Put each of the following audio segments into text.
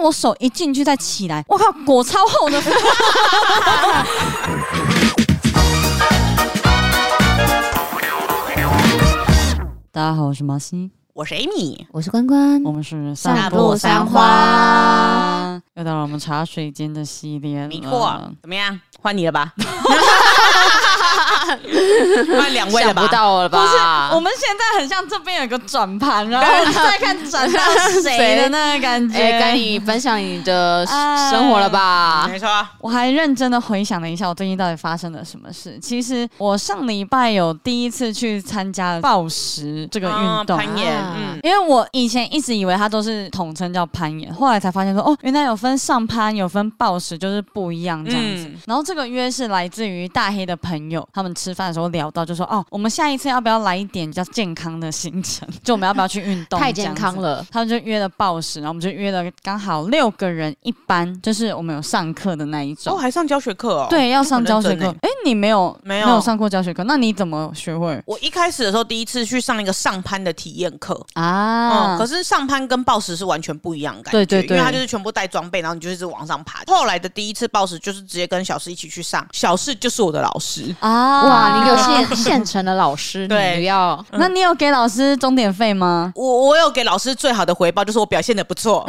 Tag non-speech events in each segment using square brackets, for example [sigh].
我手一进去再起来，我靠，果超厚的。 [laughs] 大家好，我是毛西，我是 Amy，我是关关我，们是散步三花，又到了我们茶水间的系列没错了。，怎么样？换你了 [laughs] 吧？换两位了想吧？不到了吧？我们现在很像这边有个转盘，然后再看转到谁的那个感觉。哎，该你分享你 [laughs] 的哎生活了吧？没错，我还认真的回想了一下，我最近到底发生了什么事。其实我上礼拜有第一次去参加暴食这个运动。嗯攀岩，啊嗯，因为我以前一直以为它都是统称叫攀岩，后来才发现说哦，原来有分上攀，有分暴食，就是不一样这样子。嗯然后这个约是来自于大黑的朋友，他们吃饭的时候聊到，就说哦，我们下一次要不要来一点比较健康的行程？就我们要不要去运 [laughs] 动？太健康。了，他们就约了暴食，然后我们就约了刚好六个人一班，就是我们有上课的那一种哦，。还上教学课哦。，对，要上教学很课。认哎、真你没有没有上过教学课，那你怎么学会我一开始的时候，第一次去上一个上攀的体验课，啊嗯，可是上攀跟暴食是完全不一样的感觉，对对对因为它就是全部带装备，然后你就是一直往上爬。后来的第一次暴食就是直接跟小四一起去上，小四就是我的老师，啊哇，你有现 [laughs] 现成的老师，对你不要嗯那你有给老师钟点费吗？我我有给老师最好的回报，就是我表现的不 [laughs] 错。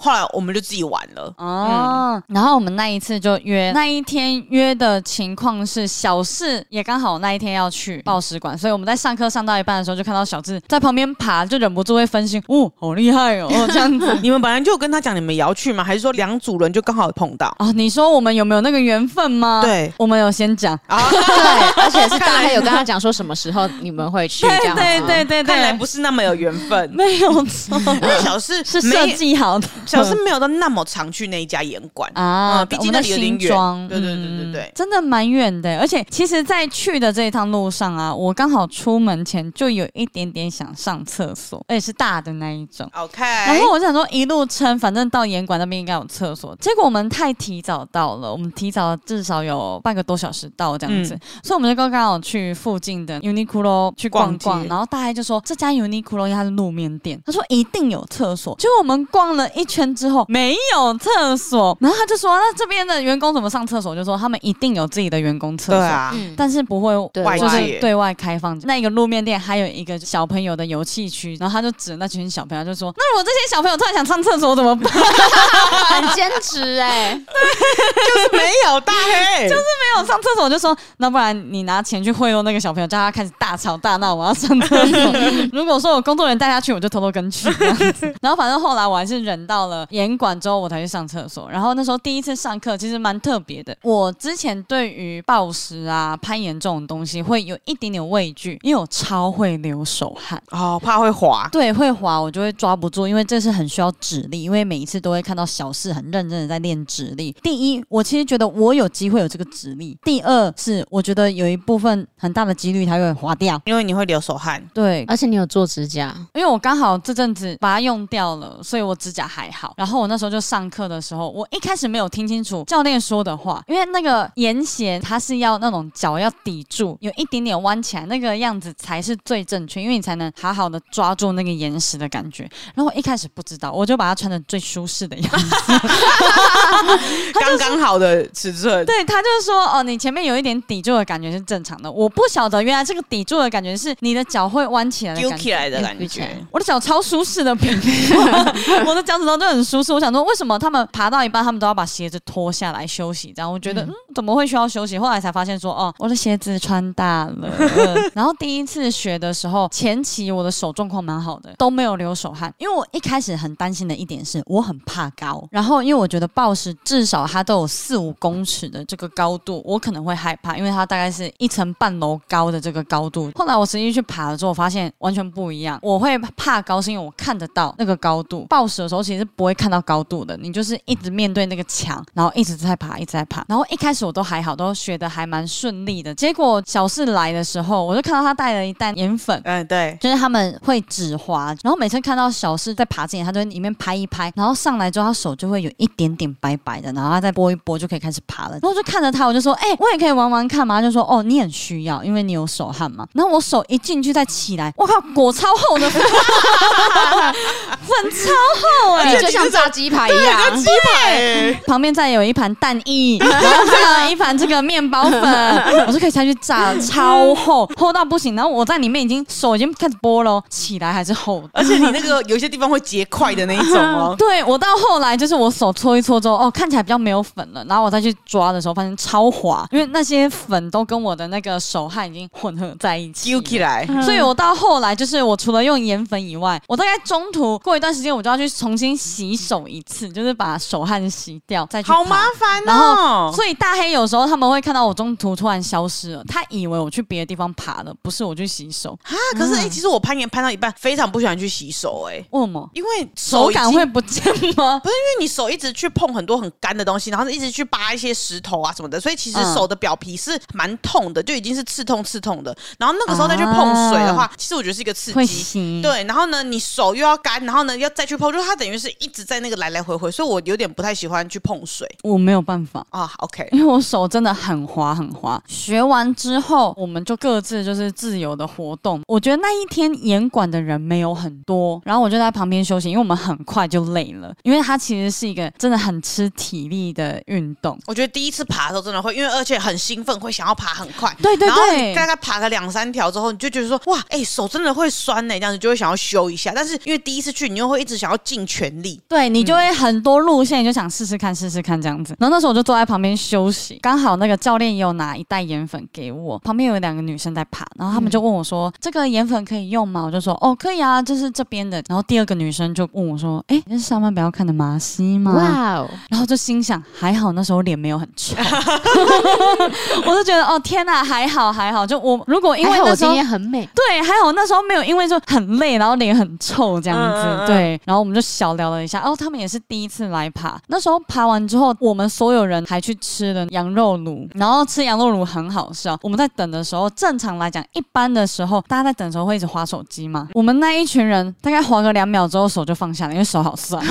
后来我们就自己玩了，。哦、然后我们那一次就约，那一天约的情况是小四也刚好那一天要去报食馆，所以我们在上课上到一半的时候，就看到小智在旁边爬，就忍不住会分心，哦，好厉害哦，这样子 [laughs] [laughs] 你们本来就有跟他讲你们也要去吗？还是说两组人就刚好碰到？哦，你说我们有没有那个缘分吗？对我们有先讲。 [laughs] 啊，对，而且是大黑有跟他讲说什么时候你们会 [laughs] 去，这样子对对对对，看来不是那么有缘 [laughs] 分。没有错，因为小四是没设计好的。 [laughs] 小四没有到那么常去那一家演馆 [laughs] 啊，嗯毕我竟们在那里有点新远庄，对对对对对真的蛮远的。而且其实，在去的这一趟路上啊，我刚好出门前就有一点点想上厕所，而且是大的那一种。 OK，然后我就想说一路撑，反正到岩馆那边应该有厕所。结果我们太提早到了，我们提早至少有半个多小时到这样子，嗯所以我们就刚刚好去附近的 Uniqlo 去逛逛逛，街然后大概就说这家 Uniqlo 它是路面店，他说一定有厕所。结果我们逛了一圈之后没有厕所，然后他就说那这边的员工怎么上厕所？我就说他们一定有自己的员工厕所。对啊，嗯，但是不会对外就就是界呃对外开放。那一个路面店还有一个小朋友的游戏区，然后他就指那群小朋友，就说：“那我这些小朋友突然想上厕所怎么办？没很坚持 [laughs] 哎， [laughs] 没有大黑， [laughs] 就是有上厕所，我就说那不然你拿钱去贿赂那个小朋友，叫他开始大吵大闹，我要上厕所。如果说我工作人员带他去，我就偷偷跟去这样子。然后反正后来我还是忍到了严管之后，我才去上厕所。然后那时候第一次上课其实蛮特别的。我之前对于暴食啊、攀岩这种东西会有一点点畏惧，因为我超会流手汗。哦，怕会滑，对，会滑我就会抓不住，因为这是很需要指力，因为每一次都会看到小四很认真的在练指力。第一，我其实觉得我有机会有这个指力；第二是我觉得有一部分很大的几率它会滑掉。因为你会流手 [laughs] 汗。对，而且你有做指甲，因为我刚好这阵子把它用掉了，所以我指甲还好。然后我那时候就上课的时候，我一开始没有听清楚教练说的话，因为那个岩鞋它是要那种脚要抵住，有一点点弯起来，那个样子才是最正确，因为你才能好好的抓住那个岩石的感觉。然后我一开始不知道，我就把它穿的最舒适的样子。刚刚好的尺寸， [laughs] 对，他就说哦，你前面有一点抵住的感觉是正常的。我不晓得原来这个抵住的感觉是你的脚会弯起来的丢感觉起。来的感丢起觉来。我的脚超舒适的，平我的脚趾头都很舒适。我想说，为什么他们爬到一半，他们都要把鞋子脱下来休息？这样我觉得，嗯嗯怎么会需要休息？后来才发现说，哦，我的鞋子穿大了。嗯然后第一次学的时候，前期我的手状况蛮好的，都没有流手汗，因为我一开始很担心的一点是我很怕高，然后因为我觉得暴食至少它都有四五公尺的这个高度，我可能会害怕，因为它大概是一层半楼高的这个高度。后来我实际去爬了之后，我发现完全不一样。我会怕高是因为我看得到那个高度，暴暴食的时候其实是不会看到高度的，你就是一直面对那个墙，然后一直在爬，一直在爬。然后一开始我都还好，都学的还蛮顺利的。结果小四来的时候，我就看到他带了一袋盐粉。嗯，对，就是他们会指滑，然后每次看到小四在爬之前，他就会里面拍一拍，然后上来之后，他手就会有一点点白白的，然后他再拨一拨就可以开始爬了。然后我就看着他，我就说：“哎、我也可以玩玩看嘛。”他就说：“哦，你很需要，因为你有手汗嘛。”然后我手一进去再起来，我靠，果超厚的粉， [laughs] 粉超厚哎、就像炸鸡嗯排一样，哎旁边再有一盘蛋液，然后再有一盘这个面包粉，我就可以下去炸，超厚，厚到不行。然后我在里面已经手已经开始剥了哦，起来还是厚的。。[laughs] 而且你那个有一些地方会结块的那一种哦 [laughs] 对我到后来就是我手搓一搓之后，哦，看起来比较没有粉了。然后我再去抓的时候，发现超滑，因为那些粉都跟我的那个手汗已经混合在一起 [laughs] 揪了。起来，所以我到后来就是，我除了用盐粉以外，我大概中途过一段时间，我就要去重新洗手一次，就是把手汗洗掉，再去好爬麻烦然后，哦。所以大黑有时候他们会看到我中途突然消失了，他以为我去别的地方爬了，不是我去洗手。啊，可嗯是哎、欸其实我攀岩攀到一半，非常不喜欢去洗手、欸，为什么？因为手手已经感会不见吗？不是因为你手一直去碰很多很干的东西，然后一直去扒一些石头啊什么的，所以其实嗯手的表皮是蛮痛的，就已经是刺痛刺痛的。然后那个时候再去碰水的话，其实我觉得是一个刺啊会激。洗。对，然后呢，你手又要干，然后呢要再去碰，就是它等于是一直在那个来来回回，所以我有点不太喜欢去碰水我没有办法。啊。OK，因为我手真的很滑很滑。学完之后，我们就各自就是自由的活动。我觉得那一天严管的人没有很多，然后我就在旁边休息，因为我们很快就累了。因为它其实是一个真的很吃体力的运动。我觉得第一次爬的时候真的会，因为而且很兴奋，会想要爬很快。对对然后对你大概爬个两三条之后，你就觉得说哇，哎、手真的会酸呢、这样子就会想要休一下。但是因为第一次去，你又会一直想要尽全力。对你就会很多路线，你就想试试看，试试看这样子。然后那时候我就坐在旁边休息，刚好那个教练也有拿一袋盐粉给我，旁边有两个女生在爬，然后她们就问我说：“这个盐粉可以用吗？”我就说：“哦，可以啊，就是这边的。”然后第二个女生就问我说：“哎，你是上班不要看的马西吗？”哇哦，然后就心想，还好那时候脸没有很 [laughs] 臭，我就觉得哦天哪，还好还好，就我如果因因为为我那时今候天很美，对，还好那时候没有因为说很累，然后脸很臭这样子，嗯嗯嗯对，然后我们就小聊了一下。哦，他们也是第一次来爬，那时候爬完之后，我们所有人还去吃了羊肉炉，然后吃羊肉炉很好笑。我们在等的时候，正常来讲，一般的时候大家在等的时候会一直划手机嘛，我们那一群人大概划个两秒之后手就放下了，因为手好酸，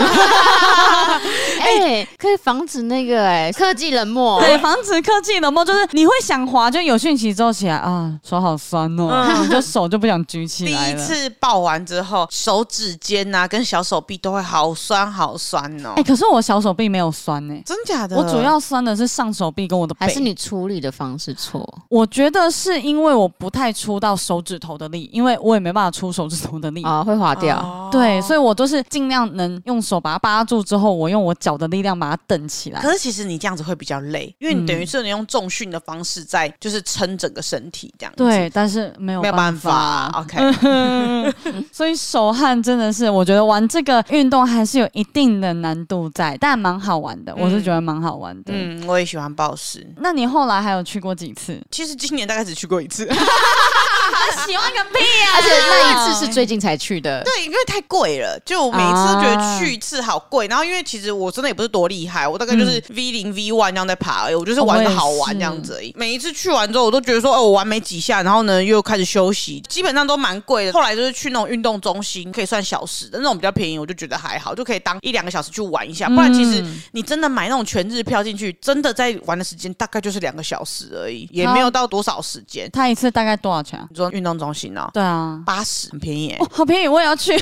哎，可以防止那个哎科技冷漠，对，防止科技冷漠，就是你会想滑，就有讯息之后起来啊，手好酸哦，你 [laughs] 就手就不想举起第来一了。次抱完之后，手指尖呐、跟小手臂都会好酸好酸哦。哎、可是我小手臂没有酸欸呢、真假的？我主要酸的是上手臂跟我的背，还是你处理的方式错？我觉得是因为我不太出到手指头的力，因为我也没办法出手指头的力。啊，会滑掉。哦对，所以我都是尽量能用手把它扒住，之后我用我脚的力量把它蹬起来。可是其实你这样子会比较累，因为你等于是你用重训的方式在就是撑整个身体这样子。，对，但是没有没有办法法。。 OK，所以手汗真的是，我觉得玩这个运动还是有一定的难度在，但蛮好玩的，我是觉得蛮好玩的。嗯，我也喜欢暴食。那你后来还有去过几次？其实今年大概只去过一次，喜欢个屁 [laughs] 啊！而且那一次是最近才去的，对，因为太贵了，就我每一次都觉得去一次好贵。然后因为其实我真的也不是多厉害，我大概就是 V 零 V one 这样在爬嗯哦而已，我就是玩个好玩这样子而已。每一次去完之后，我都觉得说，哦，我玩没几下，然后呢又开始休息，基本上都蛮贵的。后来就是去那种运动中心，可以算小时的那种比较便宜，我就觉得还好，就可以当一两个小时去玩一下。不然其实嗯你真的买那种全日票进去，真的在玩的时间大概就是两个小时而已，也没有到多少时间。他一次大概多少钱啊？你说运动中心呢、对啊，八十很便宜、欸，哦，好便宜，我也要去。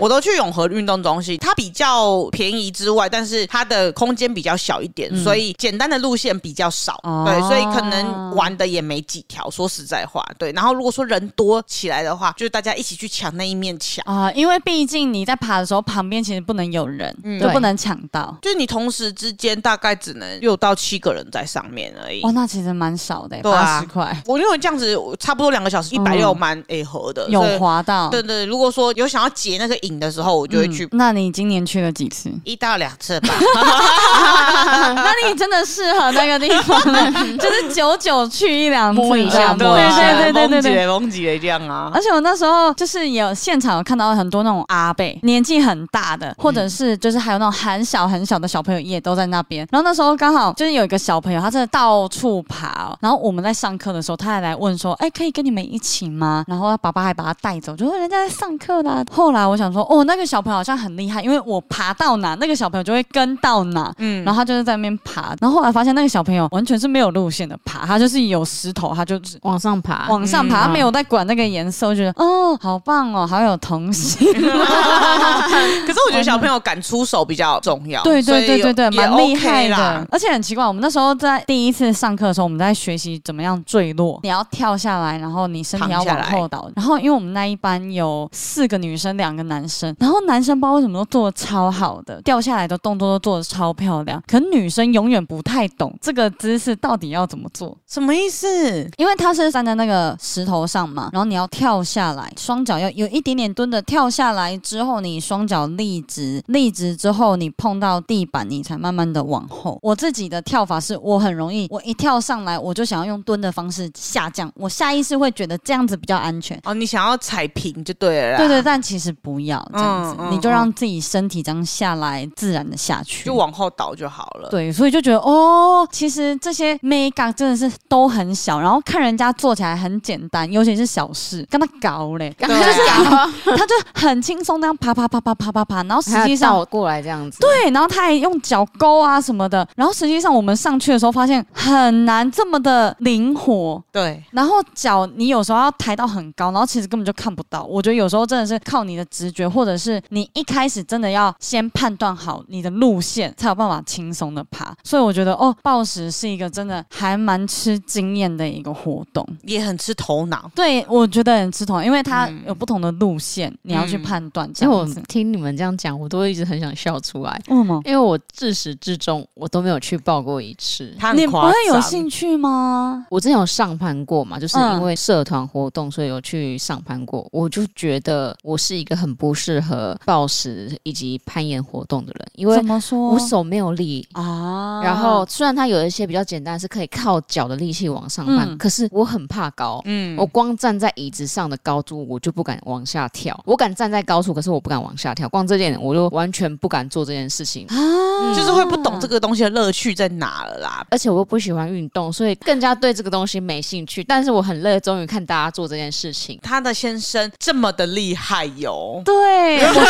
我都去永和运动中心，它比较便宜之外，但是它的空间比较小一点，所以简单的路线比较少，嗯哦对，所以可能玩的也没几条。说实在话，对。然后如果说人多起来的话，就是大家一起去抢那一面墙。啊、因为毕竟你在爬的时候，旁边其实不能有人，嗯就不对能抢到。就是你同时之间大概只能六到七个人在上面而已。哦，那其实蛮少的、欸对八啊十块，我因为这样子，我差不多两个小时一百六，嗯蛮诶合的。有呃所以滑到。对对，如果说有想要解那个瘾的时候，我就会去嗯那你今年去了几次？一到两次 [laughs] 吧。那你真的适合那个地方了，就是久久去一两次，摸一下对摸一下对对对对对。蒙几雷这样啊。而且我那时候就是有现场有看到很多那种阿阿伯，年纪很大的，或者是就是还有那啊种很小很小的小朋友也都在那边。然后那时候刚好就是有一个小朋友，他真的到处爬哦、然后我们在上课的时候，他还来问说：“哎、可以跟你们一起吗？”然后他爸爸还把他带走，就说人家在上课啦。后来我想说，哦，那个小朋友好像很厉害，因为我爬到哪，那个小朋友就会跟到哪。嗯然后他就是在那边爬，然后后来发现那个小朋友完全是没有路线的爬，他就是有石头，他就是往上爬，往上爬，嗯他没有在管那个颜色，我觉得哦，好棒哦，好有童心。 [laughs] 可是我觉得小朋友敢出手比较重要，对对对对对，所以也蛮厉害 OK 啦的。。而且很奇怪，我们那时候在第一次上课的时候，我们在学习怎么样坠落，你要跳下来，然后你身体要往后倒。然后因为我们那一班有四个女生，两个男生，然后男生不知道为什么都做的超好的，掉下来的动作都做的超漂亮，可女生永远不太懂这个姿势到底要怎么做。什么意思？因为它是站在那个石头上嘛，然后你要跳下来，双脚要有一点点蹲的跳下来之后，你双脚立直，立直之后你碰到地板，你才慢慢的往后。我自己的跳法是我很容易，我一跳上来我就想要用蹲的方式下降，我下意识会觉得这样子比较安全。哦，你想要踩平就对了啦，对对，，但其实不要这样子，嗯嗯你就让自己身体这样下来，自然的下去，就往后倒就好了。对，所以就觉得哦，其实这些 mega 真的是都很小，然后看人家做起来很简单，尤其是小事，跟他搞嘞，刚对刚就是他就很轻松那样爬爬爬爬爬爬爬，然后实还际要上倒过来这样子，对，然后他还用脚勾啊什么的，然后实际上我们上去的时候发现很难这么的灵活。对，然后脚你有时候要抬到很高，然后其实根本就看不到。我觉得有时候真的是靠你的直觉，或者是你一开始真的要先判断好你的路线，才有办法轻松的爬。所以我觉得哦，暴食是一个真的还蛮吃经验的一个活动。也很吃头脑。对，我觉得很吃同，因为它嗯有不同的路线，你要去嗯判断这因为样我子。听你们这样讲，我都一直很想笑出来，为什么？因为我自始至终我都没有去报过一次。他你很不夸啊会有张兴趣吗？我之前有上攀过嘛，就是嗯因为社团活动，所以有去上攀过。我就觉得我是一个很不适合暴食以及攀岩活动的人，因为怎么说？我手没有力。啊，然后虽然它有一些比较简单，是可以靠脚的力气往上攀，嗯可是我很怕高。嗯哦我光站在椅子上的高度，我就不敢往下跳。我敢站在高处，可是我不敢往下跳。光这点，我就完全不敢做这件事情。啊，就是会不懂这个东西的乐趣在哪了啦。而且我又不喜欢运动，所以更加对这个东西没兴趣。但是我很热衷于看大家做这件事情。他的先生这么的厉害哟，对，我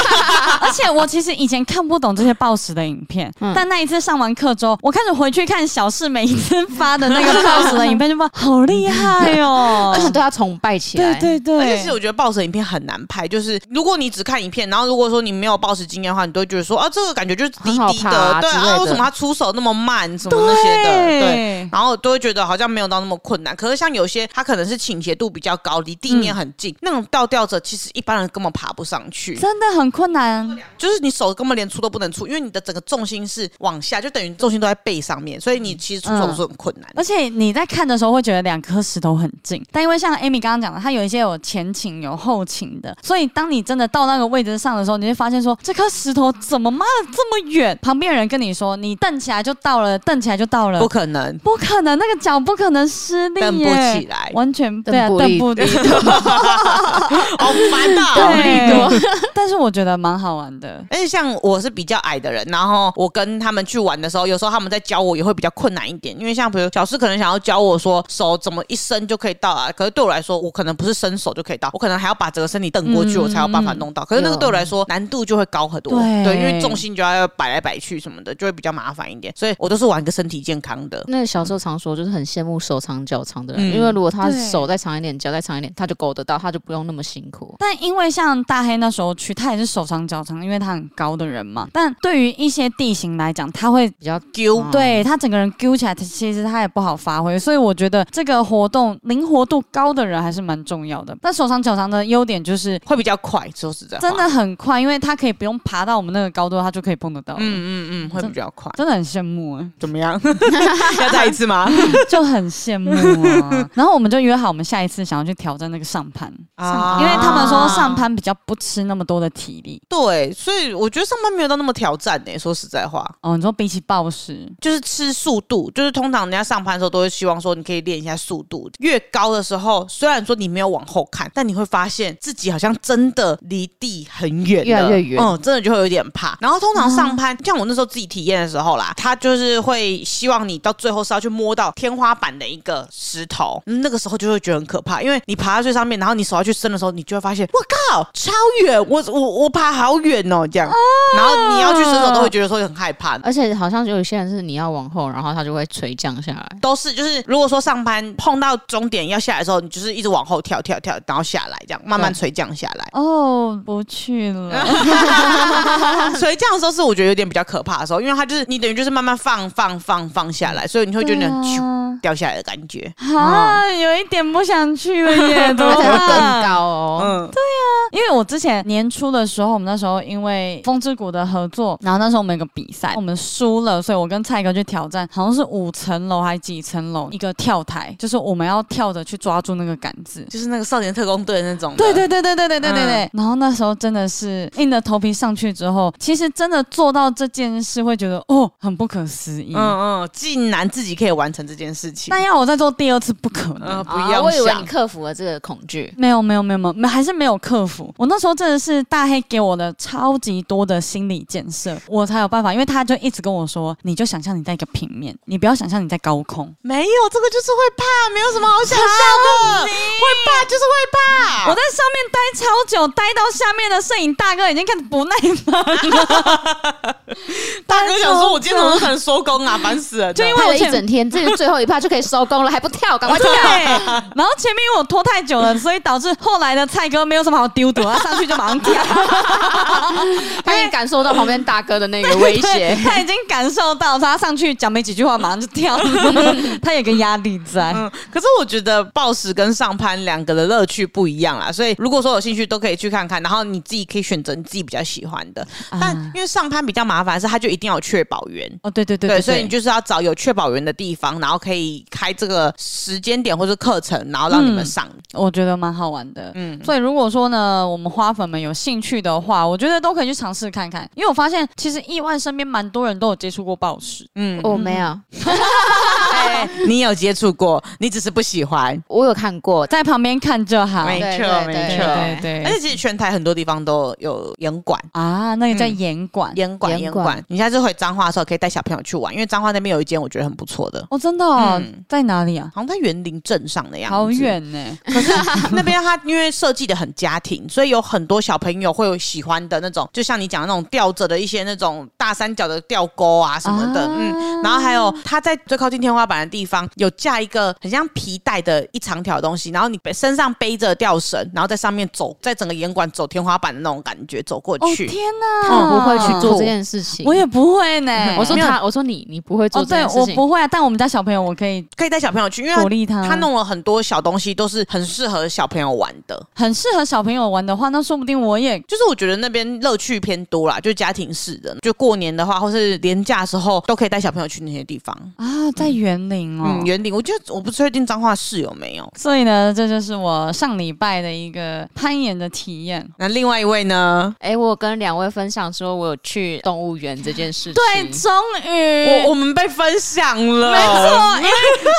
而且我其实以前看不懂这些暴食的影片，嗯但那一次上完课之后，我开始回去看小四每一次发的那个暴食的影片，就发好厉害哦而！且 [clears throat] 对他啊崇拜起对来。对对，而且是我觉得暴食影片很难拍，就是如果你只看影片，然后如果说你没有暴食经验的话，你都会觉得说啊，这个感觉就是低很好低爬的，啊对之类啊，的为什么他出手那么慢，什么那些的，对。对然后都会觉得好像没有到那么困难，可是像有些他可能是倾斜度比较高，离地嗯面很近，那种倒吊着，其实一般人根本爬不上去，真的很困难。就是你手根本连出都不能出，因为你的整个重心是往下，就等于重心都在背上面，所以你其实出嗯手是很困难的。而且你在看的时候会觉得两颗石头很近，但因为像 Amy 刚刚讲的，它有一些有前倾有后倾的，所以当你真的到那个位置上的时候，你会发现说这颗石头怎么妈的这么远？旁边人跟你说你蹬起来就到了，蹬起来就到了，不可能，不可能，那个脚不可能失力耶，蹬不起来 [laughs] 完全对啊，蹬不蹬力不力。好烦呐、对， [laughs] 但是我觉得蛮好玩的。而且像我是比较矮的人，然后我跟他们去玩的时候，有时候他们在教我也会比较困难一点，因为像比如小四可能想要教我说手怎么一伸就可以到啊，可是对我来说，我可能不是伸手就可以到，我可能还要把整个身体蹬过去，嗯我才有办法弄到。可是那个有对我来说难度就会高很多，对因为重心就要摆来摆去什么的，就会比较麻烦一点，所以我都是玩个身体健康的。那个小时候常说，就是很羡慕手长脚长的人，嗯因为如果他对手再长一点，脚再长一点，他就勾得到，他就不用那么辛苦。但因为像大黑那时候去，他也是手长脚长，因为他很高的人嘛。但对于一些地形来讲，他会比较丢、嗯对他整个人揪起来，其实他也不好发挥。所以我觉得这个活动灵活度高的人还是蛮重要的。但手长脚长的优点就是会比较快，说实在话，真的很快，因为他可以不用爬到我们那个高度，他就可以碰得到。嗯。嗯嗯嗯嗯，会比较快。真的很羡慕哎、怎么 [laughs] 样？嗯要再一次吗？就很羡慕啊。 [laughs] 然后我们就约好，我们下一次想要去挑战那个上攀，啊因为他们说上攀比较不吃那么多的体力。 [laughs] 对，所以我觉得上班没有到那么挑战呢、说实在话，哦，你说比起暴食，就是吃速度，就是通常人家上班的时候都会希望说你可以练一下速度。越高的时候，虽然说你没有往后看，但你会发现自己好像真的离地很远了，越来越远嗯，真的就会有点怕。然后通常上攀，像我那时候自己体验的时候啦，他就是会希望你到最后是要去摸到天花板的一个石头，嗯那个时候就会觉得很可怕，因为你爬到最上面，然后你手要去伸的时候，你就会发现，我靠，超远，我我我爬好远哦，啊这样。然后你要去伸手，都会觉得说很害怕。而且好像有一些人是你要往后，然后他就会垂降下来。都是就是，如果说上班碰到终点要下来的时候，你就是一直往后跳跳跳，然后下来，这样慢慢垂降下 [laughs] 来。哦，不去 [laughs] 了。垂降的时候是我觉得有点比较可怕的时候，因为它就是你等于就是慢慢放放放放下来，所以你会觉得很咻啊掉下来的感觉。啊，有一点不想去了 [laughs] 耶，怎么而且会办更高哦，嗯，因为我之前年初的时候，我们那时候因为风之谷的合作，然后那时候我们有个比赛，我们输了，所以我跟蔡哥去挑战，好像是五层楼还是几层楼一个跳台，就是我们要跳着去抓住那个杆子。就是那个少年特工队那种的。对对对对对对对对对。嗯然后那时候真的是硬着头皮上去之后，其实真的做到这件事，会觉得哦，很不可思议。嗯嗯，竟然自己可以完成这件事情但。要我再做第二次，不可能。嗯，不啊要我以为想你。克服了这个恐惧，没有没有没有没有没有，还是没有克服。我那时候真的是大黑给我的超级多的心理建设，我才有办法，因为他就一直跟我说，你就想象你在一个平面，你不要想象你在高空。没有，这个就是会怕，没有什么好想象的，会 [laughs] 怕就是会怕。我在上面待超久，待到下面的摄影大哥已经开始不耐烦了。 [laughs] 大哥想说，我今天怎么可能收工啊？烦死 [laughs] 了！就因为拍我了一前整天，这个最后一趴就可以收工了，还不跳，赶 [laughs] 哦快跳！对，啊然后前面因为我拖太久了，所以导致后来的蔡哥没有什么好丢的，他上去就马上跳。他也感受到旁边大哥的那个威胁对，他已经感受到，他上去讲没几句话，马上就跳， [laughs] 他有个压力在。嗯，可是我觉得暴食跟上攀两个的乐趣不一样啦，所以如果说有兴趣都可以去看看，然后你自己可以选择你自己比较喜欢的。啊但因为上攀比较麻烦，是它就一定要有确保员。哦，对对对所以你就是要找有确保员的地方，然后可以开这个时间点或者课程，然后让你们上。我觉得蛮好玩的。嗯，所以如果说呢，我们花粉们有兴趣的话，我觉得都可以去尝试看看，因为我发现其实意外身边蛮多人都有接触过暴食。嗯，我没有，哎你有接触过，你只是不喜欢。我有看过，在旁边看就好。没对错，对没对对错。对对而且其实全台很多地方都有严管。啊，那嗯个叫严管、严管，严严管管！你下次回彰化的时候，可以带小朋友去玩，因为彰化那边有一间我觉得很不错的，哦，真的、哦嗯在哪里啊？好像在园林镇上的样子，好。远呢、那边它因为设计的很家庭，所以有很多小朋友会有喜欢的那种，就像你讲的那种吊着的一些那种大三角的吊钩啊什么的，啊嗯。然后还有它在最靠近天花板的地方有架一个很像皮带的一长条东西，然后你背身上背着吊绳，然后在上面走，在整个岩馆走天花板的那种感觉走过哦去。天哪，我不会去做这件事情。哎我也不会呢、 [laughs] 我说他，我说你，你不会做哦，这对件我事情。不会、啊，但我们家小朋友我可以可以带小朋友去，啊因为它鼓励他。他弄了很多小东西，都是很适合小朋友玩的。很适合小朋友玩的话，那说不定我也就是我觉得那边乐趣偏多啦，就家庭式的，就过年的话，或是年假的时候，都可以带小朋友去那些地方。啊，在园林哦。嗯，园林，我觉得我不确定彰化市有没有。所以呢，这就是我上礼拜的一个攀岩的体验。那另外一位呢？哎、我有跟两位分享说，我有去动物园这件事情。对，终于，我我呃们被分享了，没错，因为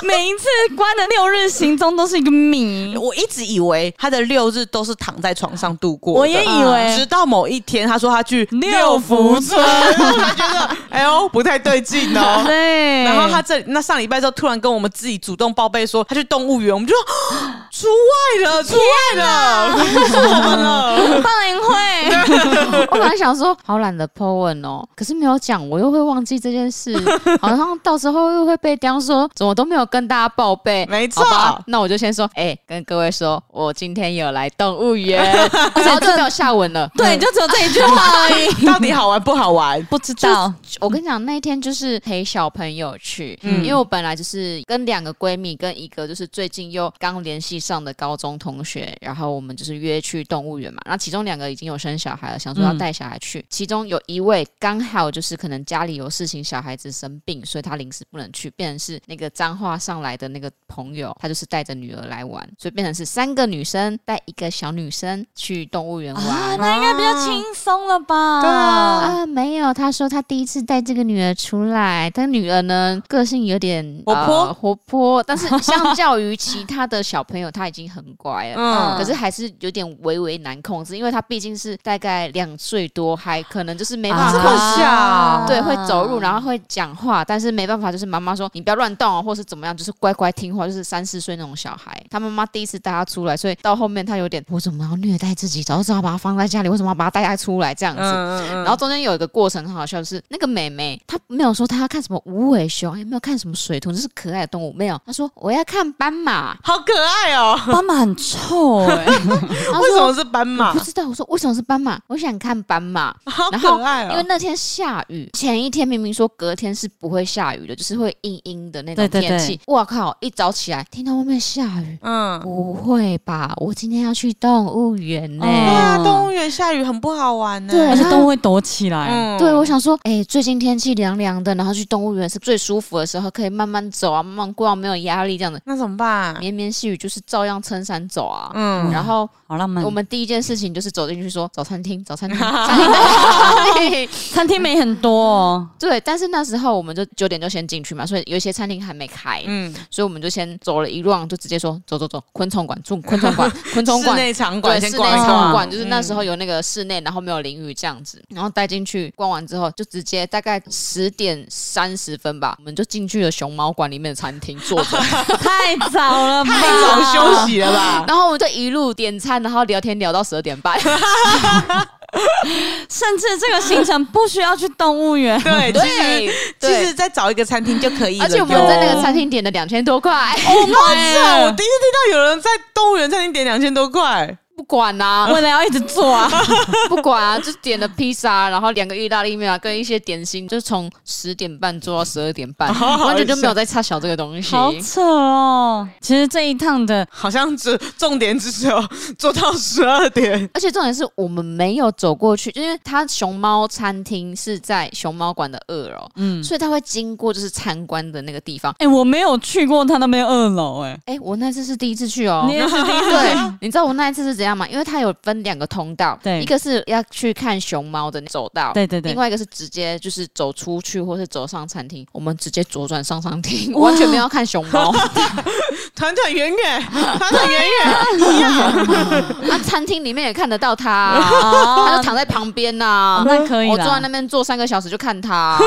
每一次关的六日行踪都是一个谜。我一直以为他的六日都是躺在床上度过的，嗯我也以为直到某一天他说他去六福村， [laughs] 我才觉得哎呦不太对劲哦。对，然后哎他这那上礼拜之后，突然跟我们自己主动报备说他去动物园，我们就 [gasps] 说出外了，出外了， [laughs] 是我们了。放年会，我本来想说，好懒得 po 文哦，可是没有讲，我又会忘记这 [laughs] 件事，好像到时候又会被刁说，怎么都没有跟大家报备。没错好吧那我就先说，哎、跟各位说，我今天有来动物 [laughs] 园，然后就没有下文了。哎对，就只有这一句话而已。到底好玩不好玩？不知道，我我跟你讲，那一天就是陪小朋友去，嗯因为我本来就是跟两个闺蜜，跟一个就是最近又刚联系上的高中同学，然后我们就是约去动物园嘛。那其中两个已经有生小孩了，想说要嗯带小孩去，其中有一位刚好就是可能家里有事情，小孩子生病，所以他临时不能去，变成是那个彰化上来的那个朋友，他就是带着女儿来玩，所以变成是三个女生带一个小女生去动物园玩。啊， [laughs] 那应该比较轻松了吧？对啊，啊，没有，他说他第一次带这个女儿出来，但女儿呢个性有点活泼呃活泼，但是相较于其他的小朋友，他已经很乖了。嗯，可是还是有点微微难控制，因为他毕竟是大概两岁多，还可能就是没办这法，么哦小啊对，会走啊路，然后会讲话，但是没办法，就是妈妈说你不要乱动、哦，或是怎么样，就是乖乖听话，就是三四岁那种小孩。他妈妈第一次带他出来，所以到后面他有点，我怎么要虐待自己？早知道把他放在家里，为什么要把他带他出来这样子？嗯然后中间有一个过程很好笑，就是那个妹妹她没有说她要看什么无尾熊，也没有看什么水豚，这是可爱的动物，没有。她说我要看斑马，好可爱哦、斑马很臭哎、 [laughs] 她为什说么是斑马我不？知道，我说为什么是斑马？我想看斑马，好然后可爱因为哦、那天下雨，前一天明明说隔天是不会下雨的，就是会阴阴的那种对对天气。哇靠！一早起来听到外面下雨，嗯，不会吧？我今天要去动物园呢、对哦啊，动物园下雨很不好玩呢、对而且动物会躲起来。嗯对，我想说，哎、最近天气凉凉的，然后去动物园是最舒服的时候，可以慢慢走啊，慢慢逛，没有压力这样的。那怎么办？绵绵细雨就是照样撑伞走啊。嗯，然后好浪漫我。们第一件事情就是走进去说早餐厅，早餐厅，早餐厅在哪里 [laughs] 餐厅没很多、哦，对，但是那时候我们就九点就先进去嘛，所以有一些餐厅还没开，嗯，所以我们就先走了一 round，就直接说走走走，昆虫馆住昆虫 [laughs] 馆，昆虫室馆。内场对，馆先室内逛一嗯场逛逛场馆就是那时候有那个室内，然后没有淋浴这样子，然后带进去逛完之后，就直接大概十点三十分吧，我们就进去了熊猫馆里面的餐厅坐 [laughs] 着，太早了吧？太早休息了 [laughs] 吧？然后我们就一路点餐，然后聊天聊到十二点半，甚至这个行程不需要去动物园。 [laughs] 对，其实对其实再找一个餐厅就可以了哟。而且我们在那个餐厅点了两千多块， [laughs] 哦，抱哎歉，我第一次听到有人在动物园餐厅点两千多块，不管 [laughs] 啦、为了要一直做啊，不管啊，就点了披萨，然后两个意大利面啊，跟一些点心，就从十点半做到十二点 [laughs] 半，好好完全就没有在插小这个东西。好扯哦！其实这一趟的好像只重点只有 [laughs] 做到十二点。而且重点是我们没有走过去，因为它熊猫餐厅是在熊猫馆的二楼，嗯，所以它会经过就是参观的那个地方。哎、我没有去过他那边二楼、哎、哎、我那次是第一次去哦， [laughs] 你也是第一次 [laughs] 对去， [laughs] 你知道我那一次是怎样吗？因为它有分两个通道，对一个是要去看熊猫的走道，对对对另外一个是直接就是走出去或是走上餐厅，我们直接左转上 [laughs] 餐厅，完全没有要看熊猫。团团圆圆，团团圆圆， [laughs] 那餐厅里面也看得到 [laughs] 它啊，它就啊，躺在旁边呐、哦那可以啦我坐在那边坐三个小时就看 [laughs] 它啊、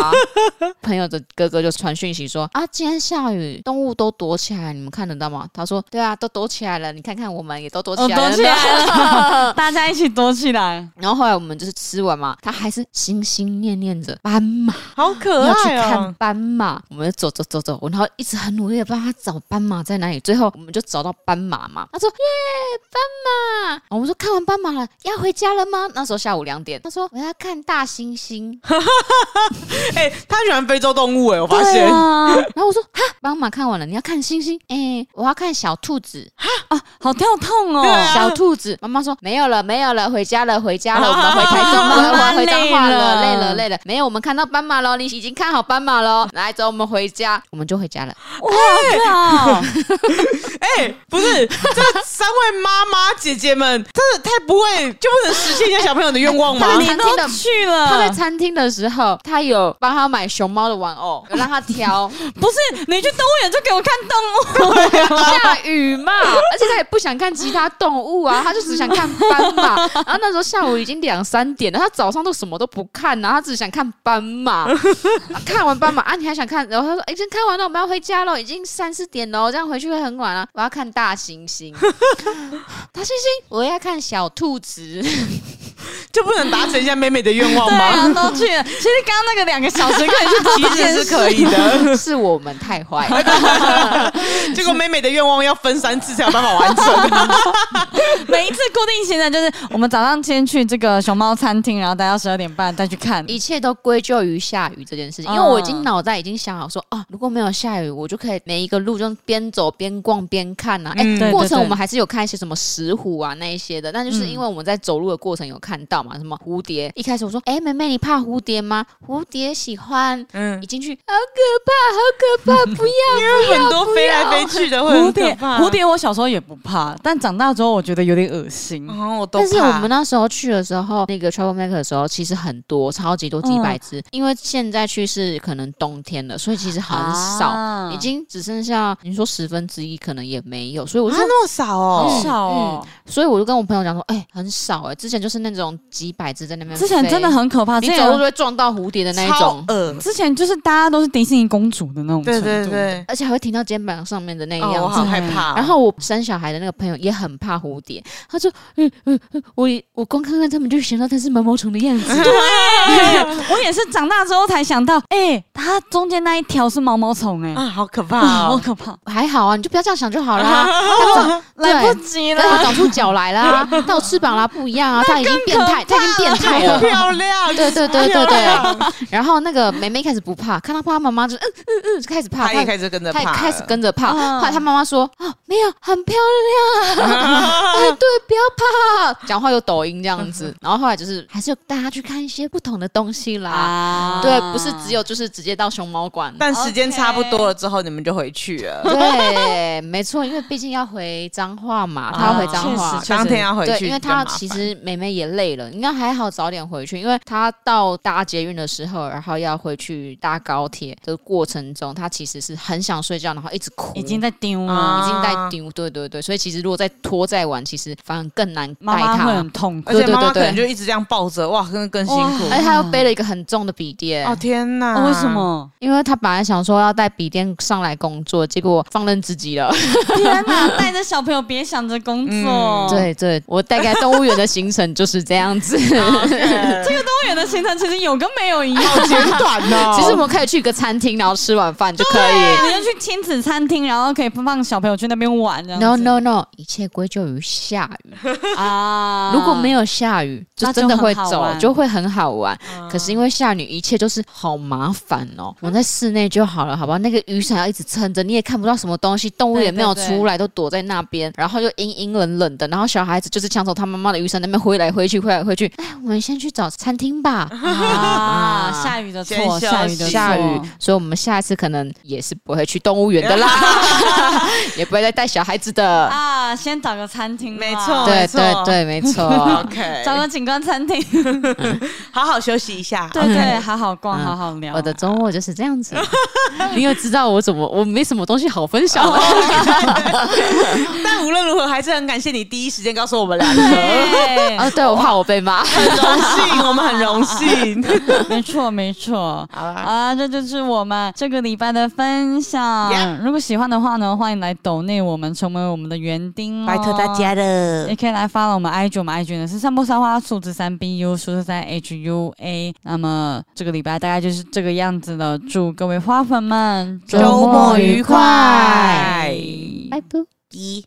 朋友的哥哥就传讯息说啊，今天下雨，动物都躲起来，你们看得到吗？他说对啊，都躲起来了，你看看我们也都躲起哦，来了。躲起来了，大家一起躲起来。 [laughs] 然后后来我们就是吃完嘛，他还是心心念念着斑马，好可要去爱看哦！斑马。我们就走走走走，我然后一直很努力的帮他找斑马在哪里。最后我们就找到斑马嘛，他说耶斑马，我们说看完斑马了要回家了吗？那时候下午两点，他说我要看大猩猩，哎、他喜欢非洲动物哎、我发对现。啊，然后我说哈斑马看完了，你要看猩猩，哎我要看小兔子， [laughs] 好跳痛哦，对啊小兔子，妈妈说没有了，没有了，回家了，回家 [laughs] 了，我们回台中啊了，我们回累彰化了，了累了，累了，没有，我们看到斑马了，你已经看好斑马了，来，走，我们回家，我们就回家了。哇，好跳哦！哎、不是，这三位妈妈姐姐们真的太不会，就不能实现一下小朋友的愿望吗他？们哎你都去了，他在餐厅的时候，他有帮他买熊猫的玩 [laughs] 偶，有让他挑。不是你去动物园就给我看动物， [laughs] 下雨嘛，而 [laughs] 且他也不想看其他动物啊，他就只想看斑马。然后那时候下午已经两三点了，他早上都什么都不看啊然后他只想看斑 [laughs] 马。啊看完斑马啊，你还想看？然后他说：“已经看完了，我们要回家了，已经三四点了，这样回去会很晚啊。我 [laughs] 要看大猩猩，大猩猩，我要看小兔子。” [laughs] 就不能达成一下妹妹的愿望对啊，吗？都去了。其实刚刚那个两个小时可以去做其这件实事是可以的，是我们太坏。结果妹妹的愿望要分三次才有办法完成。每一次固定行程就是我们早上先去这个熊猫餐厅，然后待到十二点半再去看。一切都归咎于下雨这件事情，因为嗯我已经脑袋已经想好说，啊，如果没有下雨，我就可以每一个路就边走边逛边看呐、啊。哎、嗯对过程对对我们还是有看一些什么石虎啊那一些的，那就是因为我们在走路的过程有看到嘛，什么蝴蝶。一开始我说，哎、妹妹你怕蝴蝶吗？蝴蝶喜欢。嗯一，进去，好可怕，好可怕，不要！很多飞来飞去的会蝴很蝶可，怕。蝴，蝶我小时候也不怕，但长大之后我觉得有点恶心。哦，我都怕。但是我们那时候去的时候，那个 Travel Maker 的时候，其实很多，超级多，几百只。因为现在去是可能冬天了，所以其实很少。啊已经只剩下你说十分之一，可能也没有，所以我啊就，那么少好哦，少哦，所以我就跟我朋友讲说，哎、很少哎、之前就是那种几百只在那边飞，之前真的很可怕。之你走路就前会撞到蝴蝶的那一啊超种，嗯恶之前就是大家都是迪士尼公主的那种程对度。对对，而且还会停到肩膀上面的那个哦，我样子。好害怕哦。然后我生小孩的那个朋友也很怕蝴蝶，他说：“嗯嗯嗯，我也我光看看他们就想到它是毛毛虫的样子。 [laughs] [laughs] 我也是长大之后才想到，哎、它中间那一条是毛毛虫、嗯哎、啊，好可哇怕好 [laughs] 哦！可怕，还好啊，你就不要这样想就 [laughs] 好啦。它长来对不 [laughs] 及但了。它长出脚来啦，它有翅膀啦，不一样啊，它已经变态，它已经变态 [laughs] 了。漂亮，对对对漂对亮，对。然后那个梅梅一开始不怕，看到怕妈妈就嗯嗯嗯就开始怕，他她也开始跟着她也怕了，开始跟着怕。嗯后来她妈妈说啊，没有，很漂 [laughs] 亮，哎，对，不要怕。讲话有抖音这样嗯子。然后后来就是还是有带她去看一些不同的东西啦。啊对，不是只有就是直接到熊猫 [laughs] 馆。但时间差不多了之后，你们就回去了。对，没错，因为毕竟要回彰化嘛，她要回彰化啊确实，当天要回嗯对，去，因为她其实妹妹也累了，应该还好早点回去，因为她到搭捷运的时候，然后要回去搭高铁的过程中，她其实是很想睡觉，然后一直哭，已经在丢了，啊已经在丢，对对对，所以其实如果再拖再晚，其实反而更难带妈妈会她很。痛苦而。且妈妈对对对可对能就一直这样抱着，哇，更更辛苦。而且她又背了一个很重的笔 [laughs] 电，哦天哪、哦为什？ [laughs] 么？因为她本来想说要带笔电上来工作，结果放任自己了。天哪，带着小朋友别想着工作。嗯对对，我大概动物园的行程就是这 [laughs] 样子。这个动物园的行程其实有跟没有一样。好简短哦。 [laughs] 其实我们可以去一个餐厅，然后吃晚饭就可以。你就去亲子餐厅，然后可以放小朋友去那边玩，这样子 No no no，一切归咎于下雨。啊！如果没有下雨，就那就真的会很好走，玩啊就会很好玩。可是因为下雨，一切都是好麻烦嗯哦。我们在室内就好了，好吧？那个雨伞要一直撑着，你也看不到什么东西，动物对也没有对出来，都躲在那边，然后又阴阴冷冷的，然后小孩子就是抢走他妈妈的雨伞，那边挥来挥去，挥来挥去。哎，我们先去找餐厅吧。嗯啊，啊下雨的先错，休息下雨的错下雨，哦所以我们下一次可能也是不会去动物园的啦， [laughs] 也不会再带小孩子的。啊，先找个餐厅啦，没错对没对错对，没错。 [laughs] [laughs] OK，找个景观餐厅，好好休息一下。 [laughs] 对对，好好逛，嗯好好聊。我的周末就是这样子。你有知道我怎么？我没什么东西好分享 [laughs] 的。哦 [laughs] 但无论如何，还是很感谢你第一时间告诉我们两 [laughs] 个。 [laughs] 对，哦，对，我怕我被骂。很荣幸，我们很荣幸。 [laughs] [laughs] 没错没错。好啦，啊，这就是我们这个礼拜的分享。 Yeah 如果喜欢的话呢，欢迎来抖内我们，成为我们的园丁、哦。了也可以来发了我们 IG，我们 IG 呢是散步三花数字三 BU 数字三 HUA。那么这个礼拜大概就是这个样子了，祝各位花粉们周末愉快快拜拜。一。